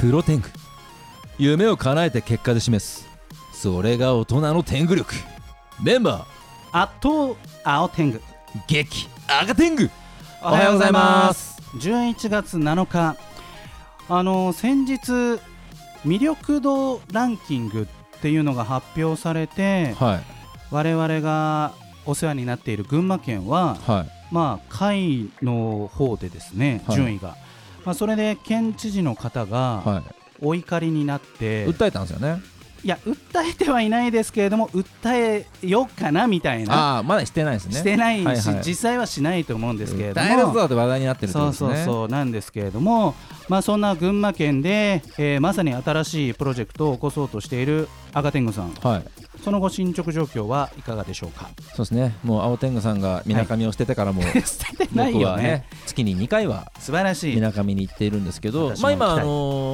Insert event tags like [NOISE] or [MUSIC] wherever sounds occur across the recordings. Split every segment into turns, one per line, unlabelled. プロテング夢を叶えて結果で示すそれが大人の天狗力メンバ
あっと青天狗
ー激赤天狗
お
はようございます
11月7日あの先日魅力度ランキングっていうのが発表されて
はい
我々がお世話になっている群馬県は
はい
まあ下位の方でですね、
はい
順位が、まあ、それで県知事の方が
は
お怒りになって、
い訴えたんですよね
いや訴えてはいないですけれども訴えようかなみたいな、
ああまだしてないですね
してないし、
はいはい
実際はしないと思うんですけれども
大学だって話題になってるってこと
そう
です
そう
ね
そうなんですけれども、まあ、そんな群馬県で、えーまさに新しいプロジェクトを起こそうとしている赤天狗さん
はい
その後進捗状況はいかがでしょうか
そ
[LAUGHS]
うですねもう青天狗さんがみなかみを捨ててからも
捨ててない [LAUGHS]
僕
よ
は
ね
ね月に2回は
素晴らし
み
い
なかみに行っているんですけど
私も
まあ
行きたい
今あの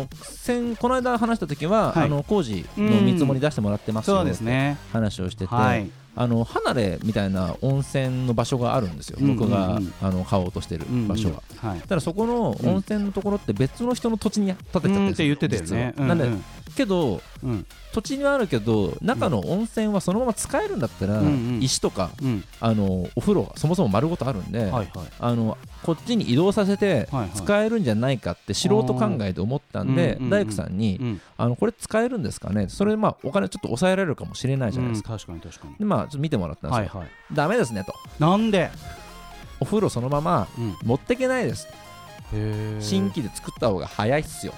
ー先この間話した時は
はい
あの工事
う
の
ん
見積もり出してもらってます
そ
よ
うですね
話をしてて
はい
あの離れみたいな温泉の場所があるんですよ、
うんうんうん
僕があの買おうとしてる場所は。
うんうんはい
ただそこの温泉のところって別の人の土地に建てちゃって
う
るん
んっ
です
て
よ
言ってたよね。
実はなんでけど
うんうん
土地にはあるけど中の温泉はそのまま使えるんだったら、
うんうん
石とか
うん
あのお風呂がそもそも丸ごとあるんで、
はいはい
あのこっちに移動させて
はいはい
使えるんじゃないかって素人考えで思ったんで、
あー
大工さんに、
うん
あのこれ使えるんですかねそれまあお金ちょっと抑えられるかもしれないじゃないですか、
うん確かに確かに
でまあちょっと見てもらったんですよ、
はいはい
ダメですねと
なんで
お風呂そのまま
うん
持ってけないです新
新
規で作った方が早いっすよ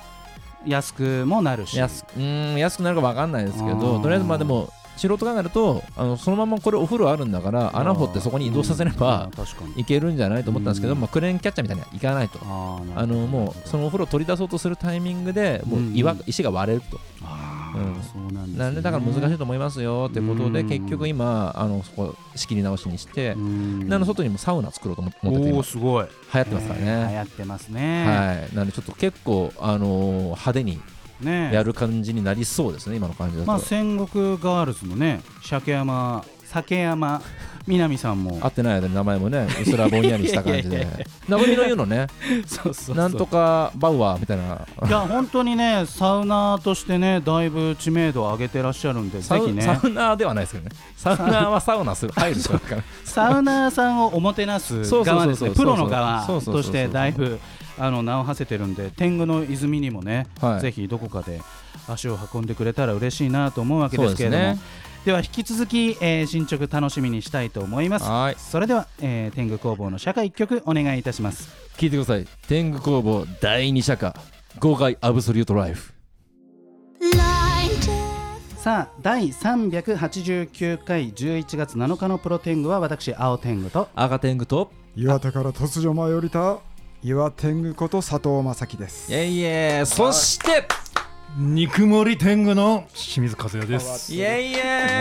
安くもなるし
安くうーん安くなるか分かんないですけ
あ
ど
ー
とりあえずまあでも素人考えるとあのそのままこれお風呂あるんだから穴掘ってそこに移動させれば
うん確かに
いけるんじゃないと思ったんですけど、
うん
まあ、クレーンキャッチャーみたいにはいかないと
あーな
あ
るほど
のもうそのお風呂を取り出そうとするタイミングでもう岩、
うん
石が割れると
あ
う
ー
ん
そうなんですね
なんでだから難しいと思いますよってことで
うん
結局今あのそこ仕切り直しにして
うん
であの外にもサウナ作ろうと思って
お
今流行
ーすごい
ってますからね
流行ってますね
はい、なのでちょっと結構、あのー派手に
ね
やる感じになりそうですね、今の感じだと。
まあ戦国ガールズのね鮭山酒山南さんも
合ってない間に名前もね、うっすらぼんやりした感じ
いや
で
いやいや、
名残の湯の
[LAUGHS]
ね、
そうそうそう
なんとかバウアーみたいな、
いや本当にねサウナーとしてねだいぶ知名度を上げてらっしゃるんで
サ
ぜ
ウ
ひね
サウナーではないですけどね、サウナーはサウナする、入る人だ
[LAUGHS]
から、
サウナーさんをおもてなす
そうそうそうそう
側ですねプロの側
そうそうそう
としてだいぶあの名を馳せてるんで天狗の泉にもね、
はい
ぜひどこかで足を運んでくれたら嬉しいなと思うわけですけれどもで,、
そうで
は引き続き、えー進捗楽しみにしたいと思います
はい
それでは、えー天狗工房の社会一曲お願いいたします
聞いてください、天狗工房第2社歌、豪快アブソリュートライフ。
さあ第389回11月7日のプロ天狗は私青天狗と
赤天狗と、
岩手から突如舞い降りた岩天狗こと佐藤正樹です
イエイイエイ、そして、
肉盛り天狗の清水和也です。
イエイイ
よ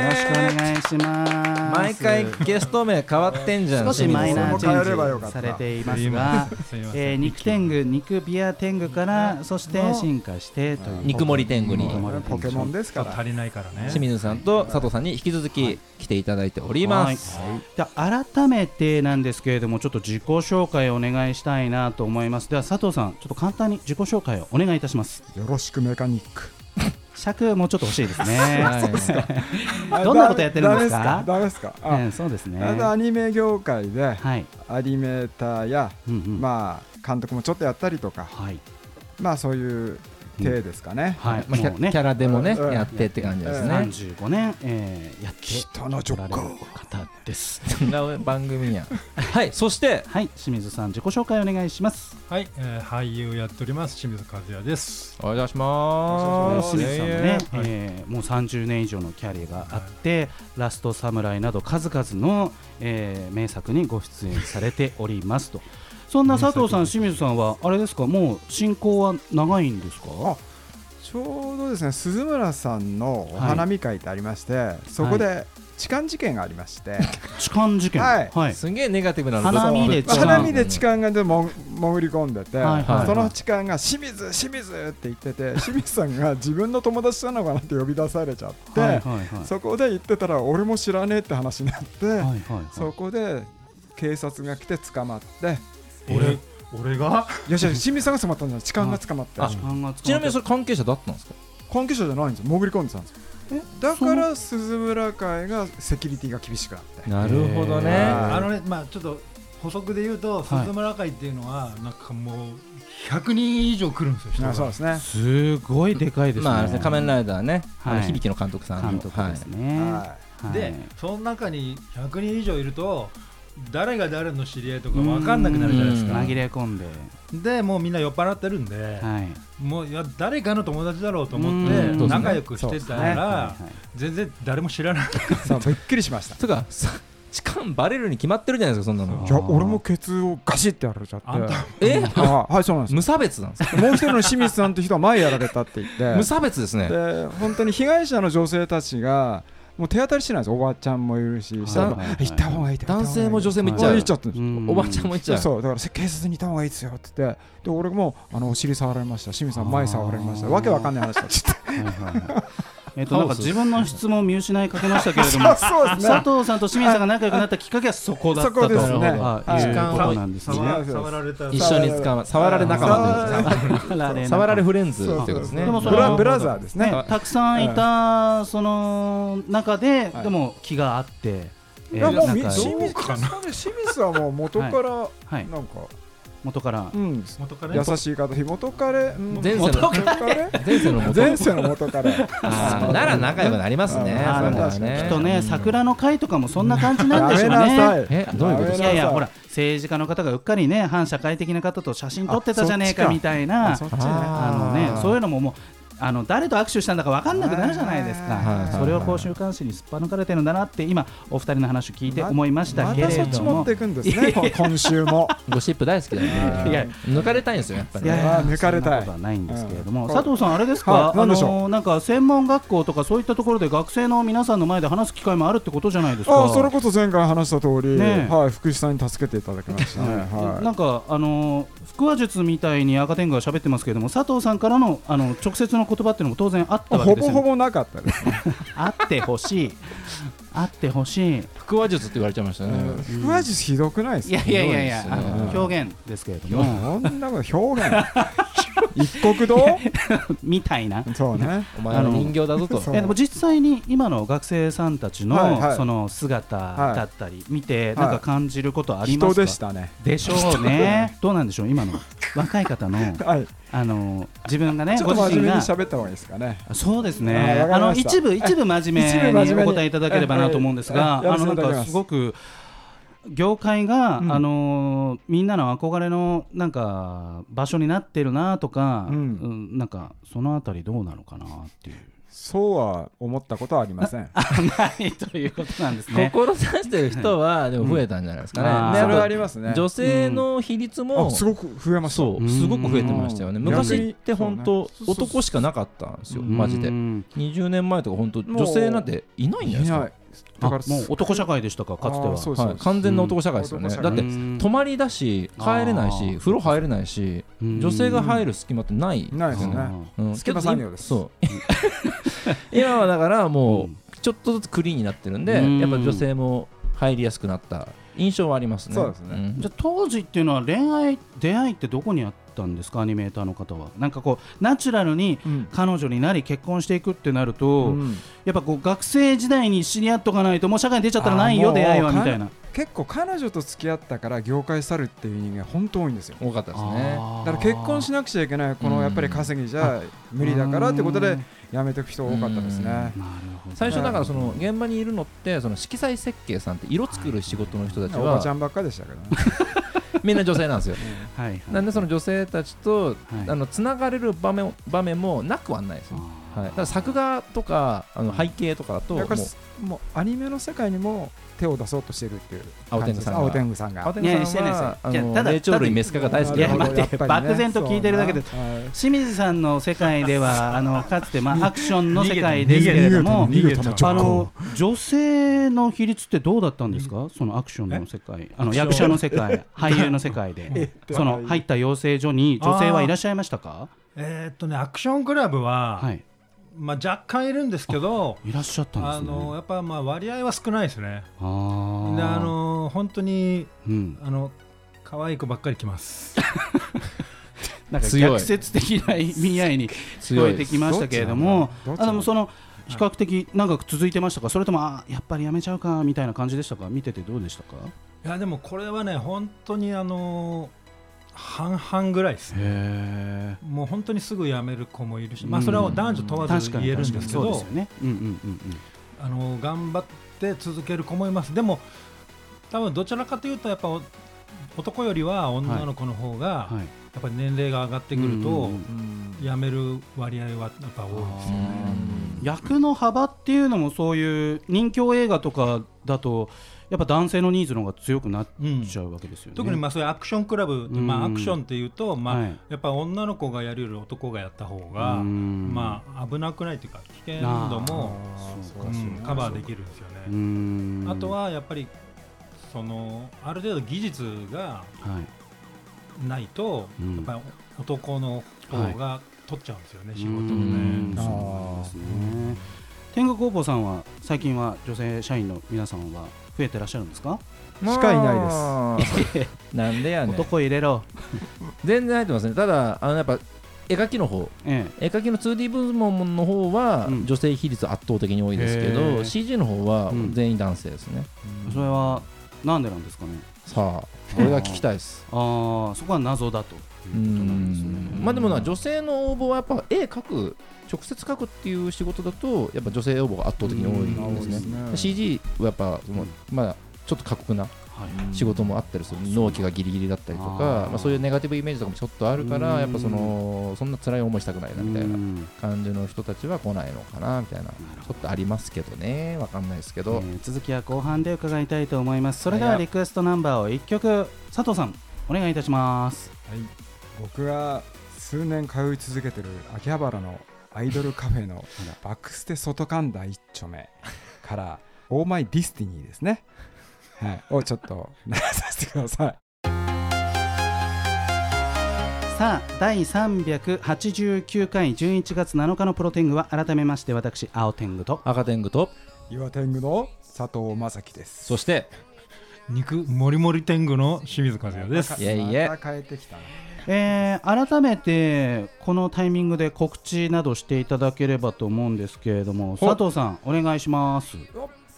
ろしくお
エイ、
願いします
毎回ゲスト名変わってんじゃん、
少しマイナーチ
それも変えればよ
ェン
かっ
ジ
た
されてい
す
ます
い
が
ませんすいません
えー肉天狗肉ビア天狗からそして進化してという
肉盛り天狗に。
ポケモンですか
ちょっと
ら
足りないからね。
清水さんと佐藤さんに引き続き来ていただいております。
はい、で改めてなんですけれどもちょっと自己紹介をお願いしたいなと思いますでは佐藤さんちょっと簡単に自己紹介をお願いいたします
よろしくメカニック
尺もうちょっと欲しいですね
はい
[LAUGHS] どんなことやってるんですか
ダメですかダ
う
メ
ん
ですか
そうですね
ああのアニメ業界で
はい、
アニメーターや
うんうん
まあ監督もちょっとやったりとか
はい
まあそういう体ですかね
はい
まあキ
も
ャ
うね
キャラでもね
うん
やってって感じですね。
35年、えー、やって
人のジョッカー
方です
そんな番組や。はい、そして
はい清水さん自己紹介お願いします
はい、えー俳優をやっております清水和也です。
お願いし
は
ます。イエイ、
清水さんもね
い
えーもう30年以上のキャリアがあって「ラストサムライ」など数々の、えー名作にご出演されておりますとそんな佐藤さん清水さんはあれですかもう進行は長いんですか
あちょうどですね鈴村さんのお花見会ってありましてそこで痴漢事件がありまして
痴漢事件
はい
はい、
すんげえネガティブなの
花見
ず
で
っと
痴漢
花見で痴漢がでも潜り込んでて、
はい
はい
その痴漢が清水清水って言ってて清水さんが自分の友達なのかなって呼び出されちゃって、
はいはいはい
そこで言ってたら俺も知らねえって話になって、
はいはいはい
そこで警察が来て捕まって
俺俺が
いやいや清水さんが捕まったんじゃない痴漢が捕まって
あちなみにそ
れ
れ関係者だったんですか
関係者じゃないんですよ潜り込んでたんですよだから鈴村会がセキュリティが厳しくなって
な
るほどね
はい
あのねまあちょっと補足で言うと
はい
鈴村会っていうのはなんかもう100人以上来るんですよ人
あ
が
そうですね
すごいでかいですね。
まああれですね仮面ライダーね、
はい
あの響の監督さんの
監督ですね。
は
はい
でその中に100人以上いると誰が誰の知り合いとか分かんなくなるじゃないです
うん
か
紛れ込んで、
でもうみんな酔っ払ってるんで、
はい、
もういや誰かの友達だろうと思って
うん
仲良くしてた
そうですね
ら
はいはい
全然誰も知らない
いそうびっくりし
[LAUGHS]
ました
とかさ痴漢バレるに決まってるじゃないですかそんなの
あ
い
そ
や
う
俺もケツをガシってやられちゃって
あんた
え
あはいそうなんです
無差別なんですか
[LAUGHS] もう一人の清水さんって人は前やられたって言っ
無
て
差別ですね
で本当に被害者の女性たちがもう手当たりしてないんですよおばちゃんもいるし下の
はいはいはい
行った方がいいって
男性も女性もいっち
行
ゃう
っちゃってるんですよ
う
おばちゃんもいっちゃう
そうだから警察に行った方がいいですよって言ってで俺もあのお尻触られました清水さん前触られました
あー
わけわかんない話だっつって
はいはいはい [LAUGHS] えっとなんか自分の質問を見失いかけましたけれども
[LAUGHS] そうですね
佐藤さんと清水さんが仲良くなったきっかけはそこだったと
そこです
は
ね
い
はい
いうことなんですね。
は
触触られた
一緒に捕ま触られ仲間で
触られ
す
な
触られフレンズって
そ
こと
うそう
ですね
でもそ
ブ
れは
ラブラザーですね
ね、たくさんいたその中で、
はい
でも気があって、
い
え
や
ー
もうみ
仲
清
良い
水さん清水さんは元から
はい、
なんか
元から
う、ん
元からね
優しい方元カレうん
前世の
元カレ
前世の元
[LAUGHS] 前世の元カレ
あーなら仲良くなりますね
あー
それなら
確かに
きっとね、桜の会とかもそんな感じなんでしょうね。
やめなさい
えどういうことですか
い
やめなさ
やいや、ほら、政治家の方がうっかりね、反社会的な方と写真撮ってたじゃねえ
あ
か
そっちか
みたい
あ
な、
そっち
あ
ね
あの
あー
ね、そういうのももう。あの誰と握手したんだか分かんなくなるじゃないです
はい
はいは
か
い、
それをこう週刊誌にすっぱ抜かれてるんだなって、今、お二人の話を聞いて思いました
ま
け
たそ
れ
っち
ど
持っ
も
て、いくんですねこ今週も
ゴシップ大好きだね
いや
抜かれたいんですよやっぱり
いやい
ね
や
あー抜かれ
そん
たい
なことはないんですけれども、
うん
佐藤さん、あれです
は
か、
い
あ
何でしょう
のなんか専門学校とかそういったところで学生の皆さんの前で話す機会もあるってことじゃないですか。
あ [LAUGHS] それこそ前回話した通り
ねえ
はい福士さんに助けていただきましたねはい
なんかあの腹話術みたいに赤天狗が喋ってますけれども佐藤さんからのあの直接の言葉っていうのも当然あったわけ
ほ
ですよ
ぼ
ね
ほぼなかったです。
あってほしいあってほしい
腹話術って言われちゃいましたね
不話術ひどくないです
い
か
やいやいやいや
すご
あ
いですね
の表現ですけれど
[LAUGHS] もう
も
こんなこと表現一国道
みたいな
そうね
お前の人形だぞと
そう
えでも実際に今の学生さんたちの、
はいはい
その姿だったり見て、
い
なんか感じることありま
人
すか、
でしたね
でしょうねどうなんでしょう今の若い
[LAUGHS]
方の
はい
あの自分がね
ちょ
ご
っと
自
真面
身
目に
が
喋った方がいいですかね
そうです
はい
ね。
わか
あ
り
の
ました
一部一部真面
一部
目
真
に
面目
お
に
答えいただければなと思うんですが、
ええええ
あのなん
やらせていただき
か
ます
すごく業界が、
うん
あのみんなの憧れのなんか場所になってるなとか、う
うんん
なんかそのあたりどうなのかなって
[LAUGHS]
いう。 [LAUGHS]
そうは思ったことはありません
あないということなんですね。
志してる人はでも増えたんじゃないですかね
うんあー
で
そ
あ
れ
と
はありますね
女性の比率も、
あすごく増えました
そうすごく増えてましたよね
うん
昔って本当
逆にそうね
男しかなかったんですよ
うん
マジで
うん
20年前とか本当
もう
女性なんていないんじゃないで
い
す
な
か
い
あ
だ
も
から
う男社会でしたかかつて
あ
は。
ーそうです
はい、完全な男社会ですよね、
うん
だって
うん
泊まりだし帰れない
あ
し
ー
風呂入れないし女性が入る隙間ってない、
ないです
う
ね
ん
うん、
隙間
けど
産業です
そう [LAUGHS] 今はだからも
うん
うちょっとずつクリーンになってるんで、
うん
やっぱ女性も入りやすくなった印象はありますね
そうですね
ん
じゃあ当時っていうのは恋愛出会いってどこにあったんですかアニメーターの方はなんかこうナチュラルに
うん
彼女になり結婚していくってなると、
うん
やっぱこう学生時代に知り合っとかないともう社会に出ちゃったらない
あー
よ
もう
出会いは
か
み
な
たいな
結構彼女と付き合ったから業界去るっていう人間本当多いんですよ
多かったですね
あー
だから結婚しなくちゃいけない
う
こ
ん
のやっぱり稼ぎじゃ無理だからってこと
う
で
ん
やめていく人多かったですね
なるほど
最初だからその現場にいるのってその色彩設計さんって色作る仕事の人たち
おばちゃ
は
んばっかでしたけどね
みんな女性なんですよ
はいはい
なんでその女性たちと
はい
あのつながれる場面場面もなくはないですよ、
あー
はい、だから作画とかあの背景とかだとも
だ
う
からもうアニメの世界にも手を出そうとしてるっていう
青天狗
です
さんが
青天狗さん
青
が
天狗さんはあ
いやしてないですよいや
の
ただ
霊長類メス化が大好きだ
いや
か
待
ら
って漠然と聞いてるだけで清水さんの世界ではあのかつてまあアクションの世界ですけれども
逃げたな
あ
直
の女性の比率ってどうだったんですか、そのアクションの世界、あの役者の世
[LAUGHS]
界、俳優の世界で、その入った養成所に女性はいらっしゃいましたか、
えーっとねアクションクラブは、
はい、
まあ、若干いるんですけど
いらっしゃったんですね。
あのやっぱまあ割合は少ないですね
あー
であの本当に
うん
あの可愛い子ばっかり来
[LAUGHS]
ます。
なんか
強い
逆説的な意味合 [LAUGHS] いに聞こえてきましたけれども
どっち
あ
なの
でもその比較的長く続いてましたかそれともあやっぱりやめちゃうかみたいな感じでしたか見ててどうでしたか
いやでもこれはね本当にあのー半々ぐらいですね。
へ
もう本当にすぐ辞める子もいるし、まあ、
うん
それは男女問わず
確か
言
に
えるん
確か
で
に
すけ
そうです
ど
よねうんうんうんうん
あの頑張って続ける子もいますでも多分どちらかというとやっぱお男よりは女の子の方が
はい
やっぱり年齢が上がってくる
うんう
と
んうん
辞める割合はやっぱ多いですね
役の幅っていうのもそういう人気映画とかだとやっぱ男性のニーズの方が強くなっ
うん
ちゃうわけですよね
特にまあそういうアクションクラブ、
うん
まあ、アクションっていうと、まあ
はい
やっぱ女の子がやるより男がやった方が、
うん
まあ、危なくないというか危険度も、
そう
う
か
ん
そうか
カバーできるんですよね。
うん
あとはやっぱりそのある程度技術が
はい
ないと、
うん
やっぱり男の方が取っちゃうんですよね、仕事を
うん
ね。
そうなんですね天狗工房さんは最近は女性社員の皆さんは増えてらっしゃるんですか
しかいないです
いですなんでやねん
男入れろ
全然入ってますねただあのやっぱ絵描きの方
え
絵描きの 2D 部門の方は
うん
女性比率圧倒的に多いですけど、
へー
CG の方は
うん
全員男性ですね、
えそれはなんでなんですかね
さあこれが聞きたいです
ああそこは謎だということなんです
う
ね
んまあでもな女性の応募はやっぱ絵描く直接描くっていう仕事だとやっぱ女性応募が圧倒的に多いんですね、
ね
CG はやっぱその、
うん
まあちょっと過酷な
はい
仕事もあったりする、納期がギリギリだったりとか
あー
まあ、そういうネガティブイメージとかもちょっとあるから、
うん
やっぱそのそんな辛い思いしたくないなみたいな
うんな
感じの人たちは来ないのかなみたいなち
るほ
ょっとありますけどねわかんないですけ
ど
ど、
えー続きは後半で伺いたいと思いますそれではリクエストナンバーを1曲佐藤さんお願いいたします
はい、僕が数年通い続けてる秋葉原のアイドルカフェのバックステ外神田一丁目から [LAUGHS] 「オーマイディスティニー」ですね、はい、をちょっと [LAUGHS] 流させてください。
さあ第389回11月7日のプロテングは改めまして私青天狗と
赤天狗と
岩天狗の佐藤正樹です。
そして
肉もりもり天狗の清水和也です。
いえいえ
また変えてきたな。
えー改めてこのタイミングで告知などしていただければと思うんですけれども
ほ
佐藤さんお願いします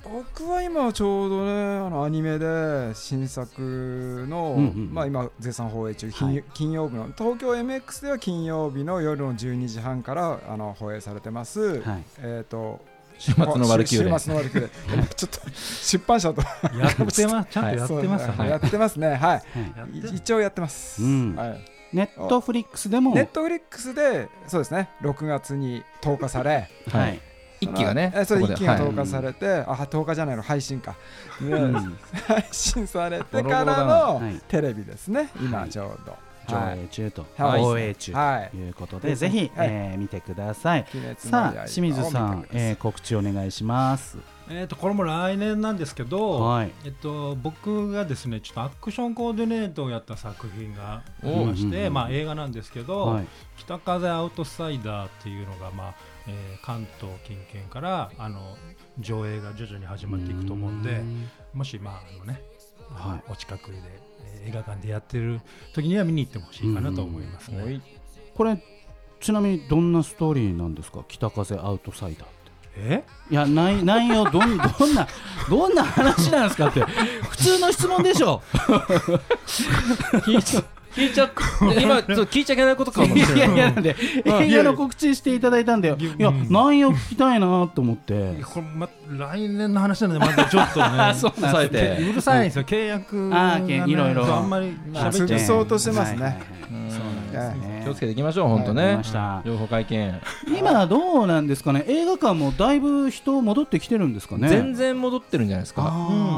僕は今ちょうどねあのアニメで新作の、
うんうん
まあ、今絶賛放映中、
はい
金金曜日の東京 MX では金曜日の夜の12時半からあの放映されてます、
はい
えっ、と
週末のワルキューレ
週末のワルキューレでもちょっと出版社と
やってます、ちゃん [LAUGHS] とやってます。
そう
はい
やってますねはい
やっ
い
てます
一応やってます、
うん
はい、
ネットフリックスでも
ネットフリックスでそうですね6月に投下され
はい、
一期がね
えそう
ここ
一
で
気が
はい
投下されて、あ10日じゃないの配信か、ね
うん
[LAUGHS] 配信されて
ボロ
か
ボロだ
ら
な
の
はい
テレビですね、
は
今
い
ちょうど。は
上
い
映中と
はい
放映中
はい
ということで、ぜひ、
はい
えー見てください
鬼滅の刃
さあ清水さ
を見
ん
て、ください
えー告知お願いします
えっとこれも来年なんですけど、
はい
えっと、僕がですねちょっとアクションコーディネートをやった作品がありまし
おう
て、
うん
まあ、映画なんですけど、
はい
北風アウトサイダーっていうのが、まあえー関東近県からあの上映が徐々に始まっていくと思うんでもし、まああのね
は
お近くで、えー映画館でやってる時には見に行ってほしいかなと思いますね。
これちなみにどんなストーリーなんですか北風アウトサイダーって
え
いや内内容どん [LAUGHS] どんなどんな話なんですかって普通の質問でしょ
聞いちゃ聞いちゃ今ちょっと聞いちゃいけないことかもしれない
いやいやなんで
うん
映画の告知していただいたんで
いや
いや
うん
内容聞きたいなと思って
これ、ま、来年の話なのでまだちょっとね
[LAUGHS] そうなん
抑え
です
て
うるさいんですよ契約が、
あー
ね、
けいろいろ
そうあんまり
あ
喋っちゃ
潰
い
そうとしてますね
はいはいはい
え
ね
気をつけていきましょう本当ね、
わかりました
情報解禁、
今どうなんですかね映画館もだいぶ人戻ってきてるんですかね
全然戻ってるんじゃないですか
あ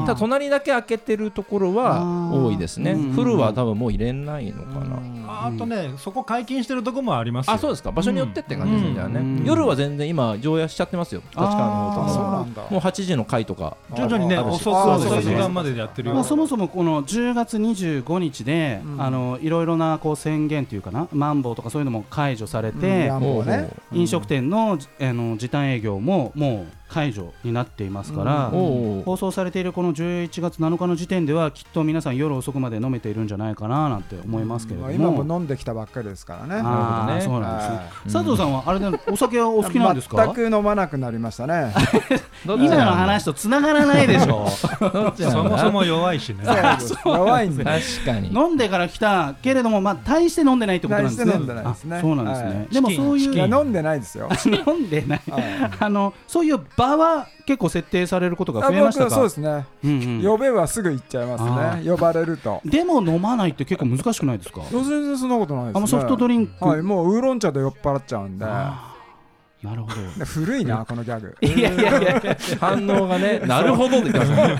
ー
ただ隣だけ開けてるところは多いですね、
あーうんうんうん
フルは多分もう入れないのかな、
ああとね、そこ解禁してるとこもありますよ
あそうですか場所によってって感じですね、
うん
じゃあね、
うん
夜は全然今上映しちゃってますよ立川の
あ
方
あ
と
そう
か
なんだ
はもう8時の回とか
徐々にね
あるし
遅く
あ
そうそ
遅
う
い
そ
時
う
間までやってるよ、
まあ、そもそもこの10月25日で、
うん
あのいろいろなこう宣言というかなマンボウとかそういうのも解除され
うん
て
や、んもうね
飲食店の,、あの時短営業ももう解除になっていますから、
おうおう
放送されているこの11月7日の時点ではきっと皆さん夜遅くまで飲めているんじゃないかななんて思いますけれど
ま
も
あ今も飲んできたばっかりですからね。
あー
なるほどね
そうなんですね
は
うん
佐藤さんはあれでお酒はお
い
好きなんですか
全く飲まなくなりまし
[LAUGHS]
たね。
どっち
今
な
の話とつながらないで
[LAUGHS]
しょ
どっちなんだ
[LAUGHS] そもそも弱いしね。
弱いんで。
[LAUGHS] 確かに
飲んでから来たけれどもまあ大して飲んでないってことなんですね
大して飲んでないですね
あそうなんですね、
はい
でもそうい
いや
う
飲んでないですよ。
飲んでない
はい
あのそういう場は結構設定されることが [LAUGHS]
あ
増えまし
僕
た
は
か
そうですね。
うんうん
呼べばすぐ行っちゃいますね。呼ばれると。
でも飲まないって結構難しくないですか
全然そんなことないですね。
あのソフトドリンク、
はい、もうウーロン茶で酔っ払っちゃうんで。
あーなるほど
で古いな、このギャグ。
いやいやいや
反応がねなるほどって言ってますね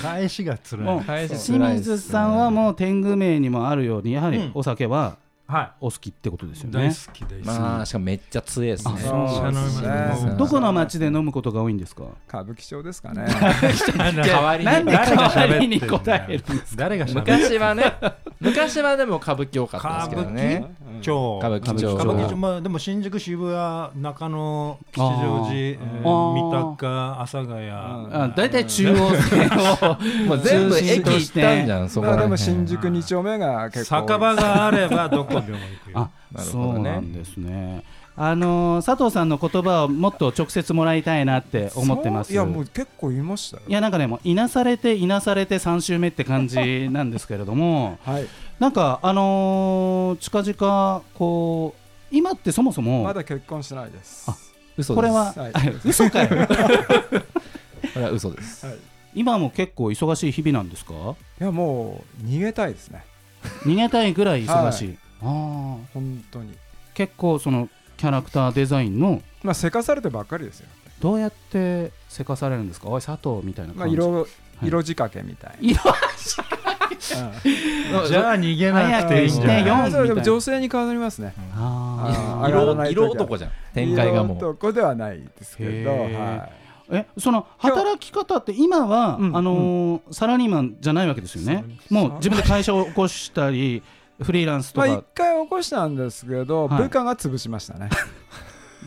返しが辛
もう
い。
返し
清
づらいですね
水さんはもう天狗名にもあるようにやは
う
り
ん
お酒は
は
お好きってことです
い。
よ
大
ね、
好きです。
まあしかもめっちゃ強いですね
あ
そうですね
あそうなんですね
どこの町で飲むことが多いんですか
歌舞伎町ですかね。
代わり
なんで
誰が喋っ
代わ
て
り
ん
に
だよ
答えるんですか
誰が喋ってんだよ
昔はね [LAUGHS] 昔はでも歌舞伎多かったですけどね
町
歌舞伎町
歌舞伎町まあでも新宿渋谷中野吉祥寺、えー
あー
三鷹阿佐ヶ谷、
ん
あ大体中央線を
もう [LAUGHS] 全部駅行ったんじゃんそこ
ま
ら
あで
辺
も新宿2丁目が結構多い
酒場があればどこでも行くよ
あ
なるほ
そ
どね
うなんですねあのー佐藤さんの言葉をもっと直接もらいたいなって思ってます
そういやもう結構いましたよ
いやなんかねもういなされていなされて3週目って感じなんですけれども
はい
なんかあのー近々こう今ってそもそも
まだ結婚してないです
嘘です
これは、
はい
嘘かよ [LAUGHS]
これは嘘です
はいい
今も結構忙しい日々なんですか
やもう逃げたいですね
逃げたいぐらい忙しい、ああ
本当に
結構そのキャラクターデザインの
まあせかされてばっかりですよ
どうやってせかされるんですかおい佐藤みたいな
まあ
感じ、
色色仕掛けみたい
色
な
じゃあ逃げなくていいんじゃ
早くして
ない
よ
うんあそ
みたい
れで
な
も女性に変わりますね
あ
あー上がら
色
ない時
色
は
男じゃん展開がも
色
う
男ではないですけど
へ
は
ー
い
ーえその働き方って今は
うん
あのーサラリーマンじゃないわけですよねもう自分で会社を起こしたりフリーランスと
まあ
か、
一回起こしたんですけど
はい
部下が潰しましたね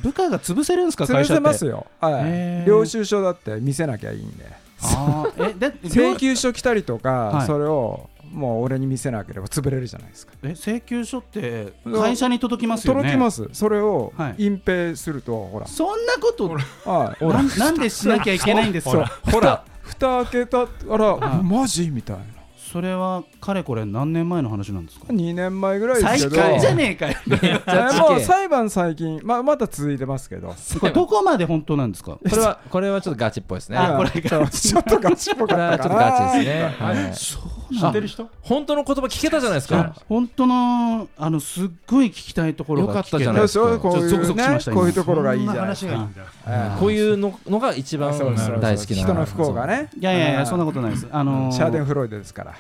部下が潰せるんですか
潰
会社って
せますよ
へ
は
ー
い領収書だって見せなきゃいいんで
あ [LAUGHS] ーえで
請求書来たりとか、
はい
それをもう俺に見せなければ潰れるじゃないですか。
え請求書って会社に届きますよね
届きます、それを
はい
隠蔽すると、ほら、
そんなこと
はい、
ななんでしなきゃいけないんです
そう
か
ほら、蓋開けたから、
はい
マジみたいな、
それはかれこれ何年前の話なんですか
2年前ぐらいで
最
すけど、
近じゃねえかよ
えもう裁判最近、まあ、まだ続いてますけど、
これどこまで本当なんですか
これはこれはちょっとガチっぽいですね
あ
こ
これが
そう [LAUGHS] ちょっとガチっぽ
れ
か
は
った
ちょっと
かな。
ガチですねはい
そう
知
な
っ
ん
てる人
本当の言葉聞けたじゃないですか
本当のあのすっごい聞きたいところ
よ
が
かったじゃな
だか
い
らそうこうい
ちょっとゾクゾ
う
クしま
ね
した、今
こういうところがいいじゃ
そんな
ない。
話がいいんだ
ええ
こういうののが一番
そうそうそう
大好きな
人の不幸がね。
いやいやいや
うん
そんなことないですあのー
シャーデンフロイデですから。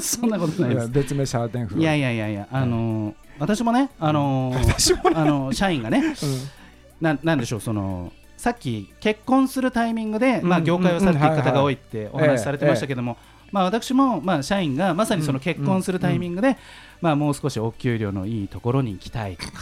そんなことない
い
で
や
す
別名シャーデンフロ
い
イ
や
デ。
いやいやいやあのー私もねあのー
私も
あの社員がね
うん
ななんでしょうそのさっき結婚するタイミングで、まあ、
うん
業界を去っていく
うんはいは
方
い
が多いってお話しされてましたけども、まあ、私も、まあ、社員がまさにその結婚するタイミングで、まあ、もう少しお給料のいいところに行きたいとか、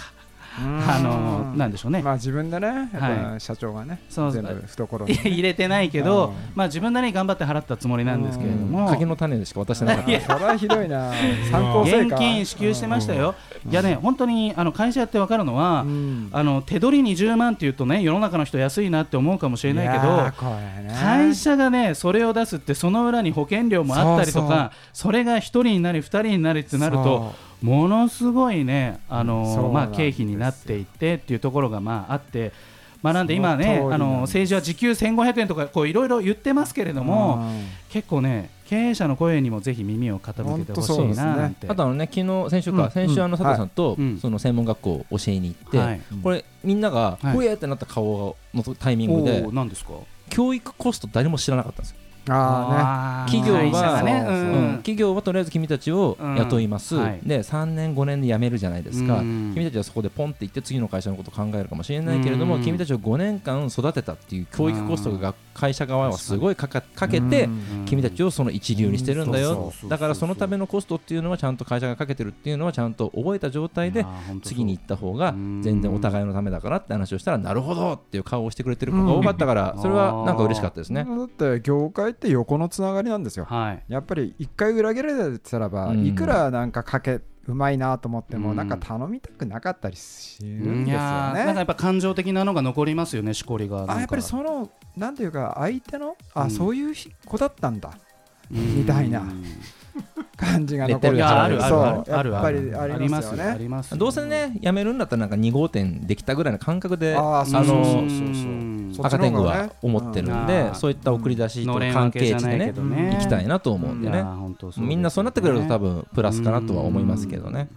あのなんでしょうね、
まあ自分でね、やっぱ
は
社長がね、
そう
全部懐
い
に
や。入れてないけど、
うん
まあ、自分なりに頑張って払ったつもりなんですけれども、
柿の種でしか渡してなかっ
それはひどいな。参考成
現
果。
金支給してましたよ、いやね本当にあの会社やって分かるのは、
うん。
あの手取り20万っていうとね世の中の人安いなって思うかもしれないけど
やーこれね
会社がねそれを出すってその裏に保険料もあったりとかそれが1人になり2人になりってなるとものすごいねあ
そうなん
の
ですよ
まあ経費になっていってっていうところがまああって。まあ、なんで今ね
その通りなんです
あの政治は時給1500円とかいろいろ言ってますけれど
そう
も、結構ね経営者の声にもぜひ耳を傾けてほしいななんて
たあとあのね昨日先週
う
か
ん
先週あの佐藤さんと
うん
その専門学校を教えに行って、
はい
これみんなが
はい
ふえーってなった顔のタイミング
お
で
お何ですか
教育コスト誰も知らなかったんですよ
あ
あー
企業は
会社がね
そうそう
うん企業はとりあえず君たちを雇います、
うんはい
で3年5年で辞めるじゃないですか、
うん
君たちはそこでポンって行って次の会社のことを考えるかもしれないけれども、
うん
君たちを5年間育てたっていう教育コストが会社側はすごいかかか
あね
けて、
うん
君たちをその一流にしてるんだ
うんそ
よ
うそう
そう
だからそのためのコストっていうのはちゃんと会社がかけてるっていうのはちゃんと覚えた状態で
あー本当そう
次に行った方が全然お互いのためだからって話をしたらなるほどっていう顔をしてくれてる子が多かったから
うん
それはなんか嬉しかったです
ね
ね。
だって業界って横のつながりなんですよ
はい
やっぱり一回裏切られてたらば、
うん
いくらなんかかけうまいなと思っても、
うん
なんか頼みたくなかったりする
うんん
で
い
すよね。
やーなんかやっぱ感情的なのが残りますよねしこりがなんか
あやっぱりそのなんていうか相手のあ、
うん
そういうひ子だったんだ
うん
みたいな感じが残
レッテル
る
が
そう
あるある
ある
やっぱりありますよ
あ
ね
ります
どうせね辞めるんだったらなんか2号店できたぐらいの感覚で
あ
あ
ーそうそうそう
の
そうそう
赤天狗は思ってるんで
うん
そういった送り出しと
のれん
関
分け
係
じゃ
値
な
で
いけ
ね
どね
行きたいなと思うんで
いや
ね
ー本当そうですよね
みんなそうなってくれると多分プラスかなとは思いますけどね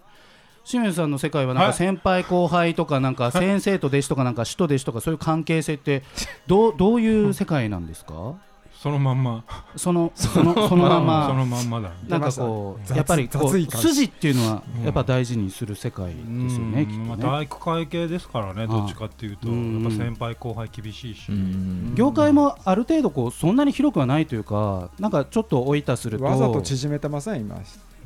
清水さんの世界はなん
は
か
い
先輩後輩とかなんか先生と弟子とかなんか師と弟子とかそういう関係性ってどうどういう世界なんですか
そのまんま
そのそのそのま
[LAUGHS] うんそ
ま
のまんまだね
なんかこう
出ましたね
やっぱりこ
雑いう感じ
筋っていうのは
うん
やっぱ大事にする世界ですよねきっ
うんま
と
あ体
ね
育会系ですからねどっちかっていうと
ああうん
やっぱ先輩後輩厳しいし、
うん
業界もある程度こうそんなに広くはないというかなんかちょっと老いたすると
わざと縮めてません今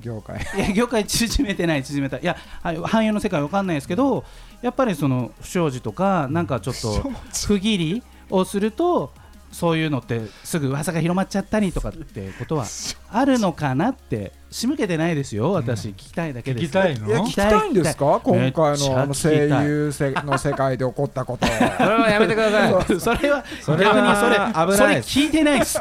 業界
いや業界縮めてない縮めたいやはい汎用の世界わかんないですけどやっぱりその不祥事とかなんかちょっと区切りをするとそういうのってすぐ噂が広まっちゃったりとかってことはあるのかなって仕向けてないですよ私聞きたいだけ
聞
で
き
す
たい
いや
の
聞きたいんですか今
めっちゃ
回
聞きたい
のあの声優せの世界で起こっ
[LAUGHS]
たこと
[LAUGHS] それはやめてください
それは
そ
逆
れ
に
は
それ
危ないです
それ聞いてないです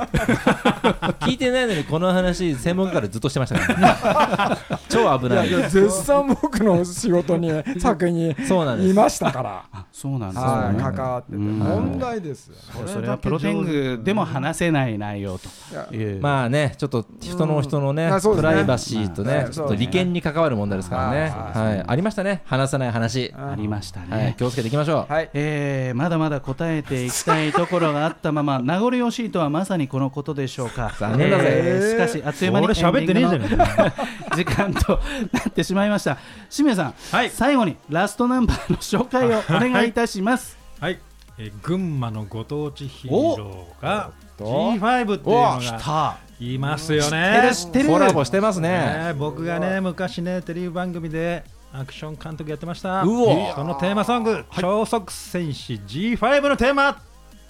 聞いてないのにこの話専門家からずっとしてましたからね超危ない
いや絶賛僕の仕事に作に
そうなんです
いましたから
あそうなんです
は
そう
い
ね
関わってて
うん
問題ですよ
それはプロテングでも話せない内容
いや
という
まあね、ちょっと人の人のね
うんあ、そう
プ
ですね
ライバシーと
まあ
ね
は、い
ちょっと利権に関わる問題ですからね。
は
は
い
い、ありましたね、話さない話。
ありましたね、
はい、気をつけていきましょう。
はい
えーまだまだ答えていきたいところがあったまま名残惜しいとはまさにこのことでしょうか
残念だぜ
えーしかしあっという間に
俺喋ってねえじゃねえかよ
時間となってしまいました清水さん、
はい
最後にラストナンバーの紹介をお願いいたします、
はい、えー群馬のご当地ヒーローが
お
G5 っていうの
来
が
た
いますよ
テ
ね
ルステル
コラボしてますね。
ね僕がね昔ねテレビ番組でアクション監督やってました
うお
そのテーマソング「超速戦士 G5」のテーマ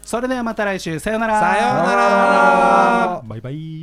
それではまた来週さようなら
さようなら
あー
バイバイ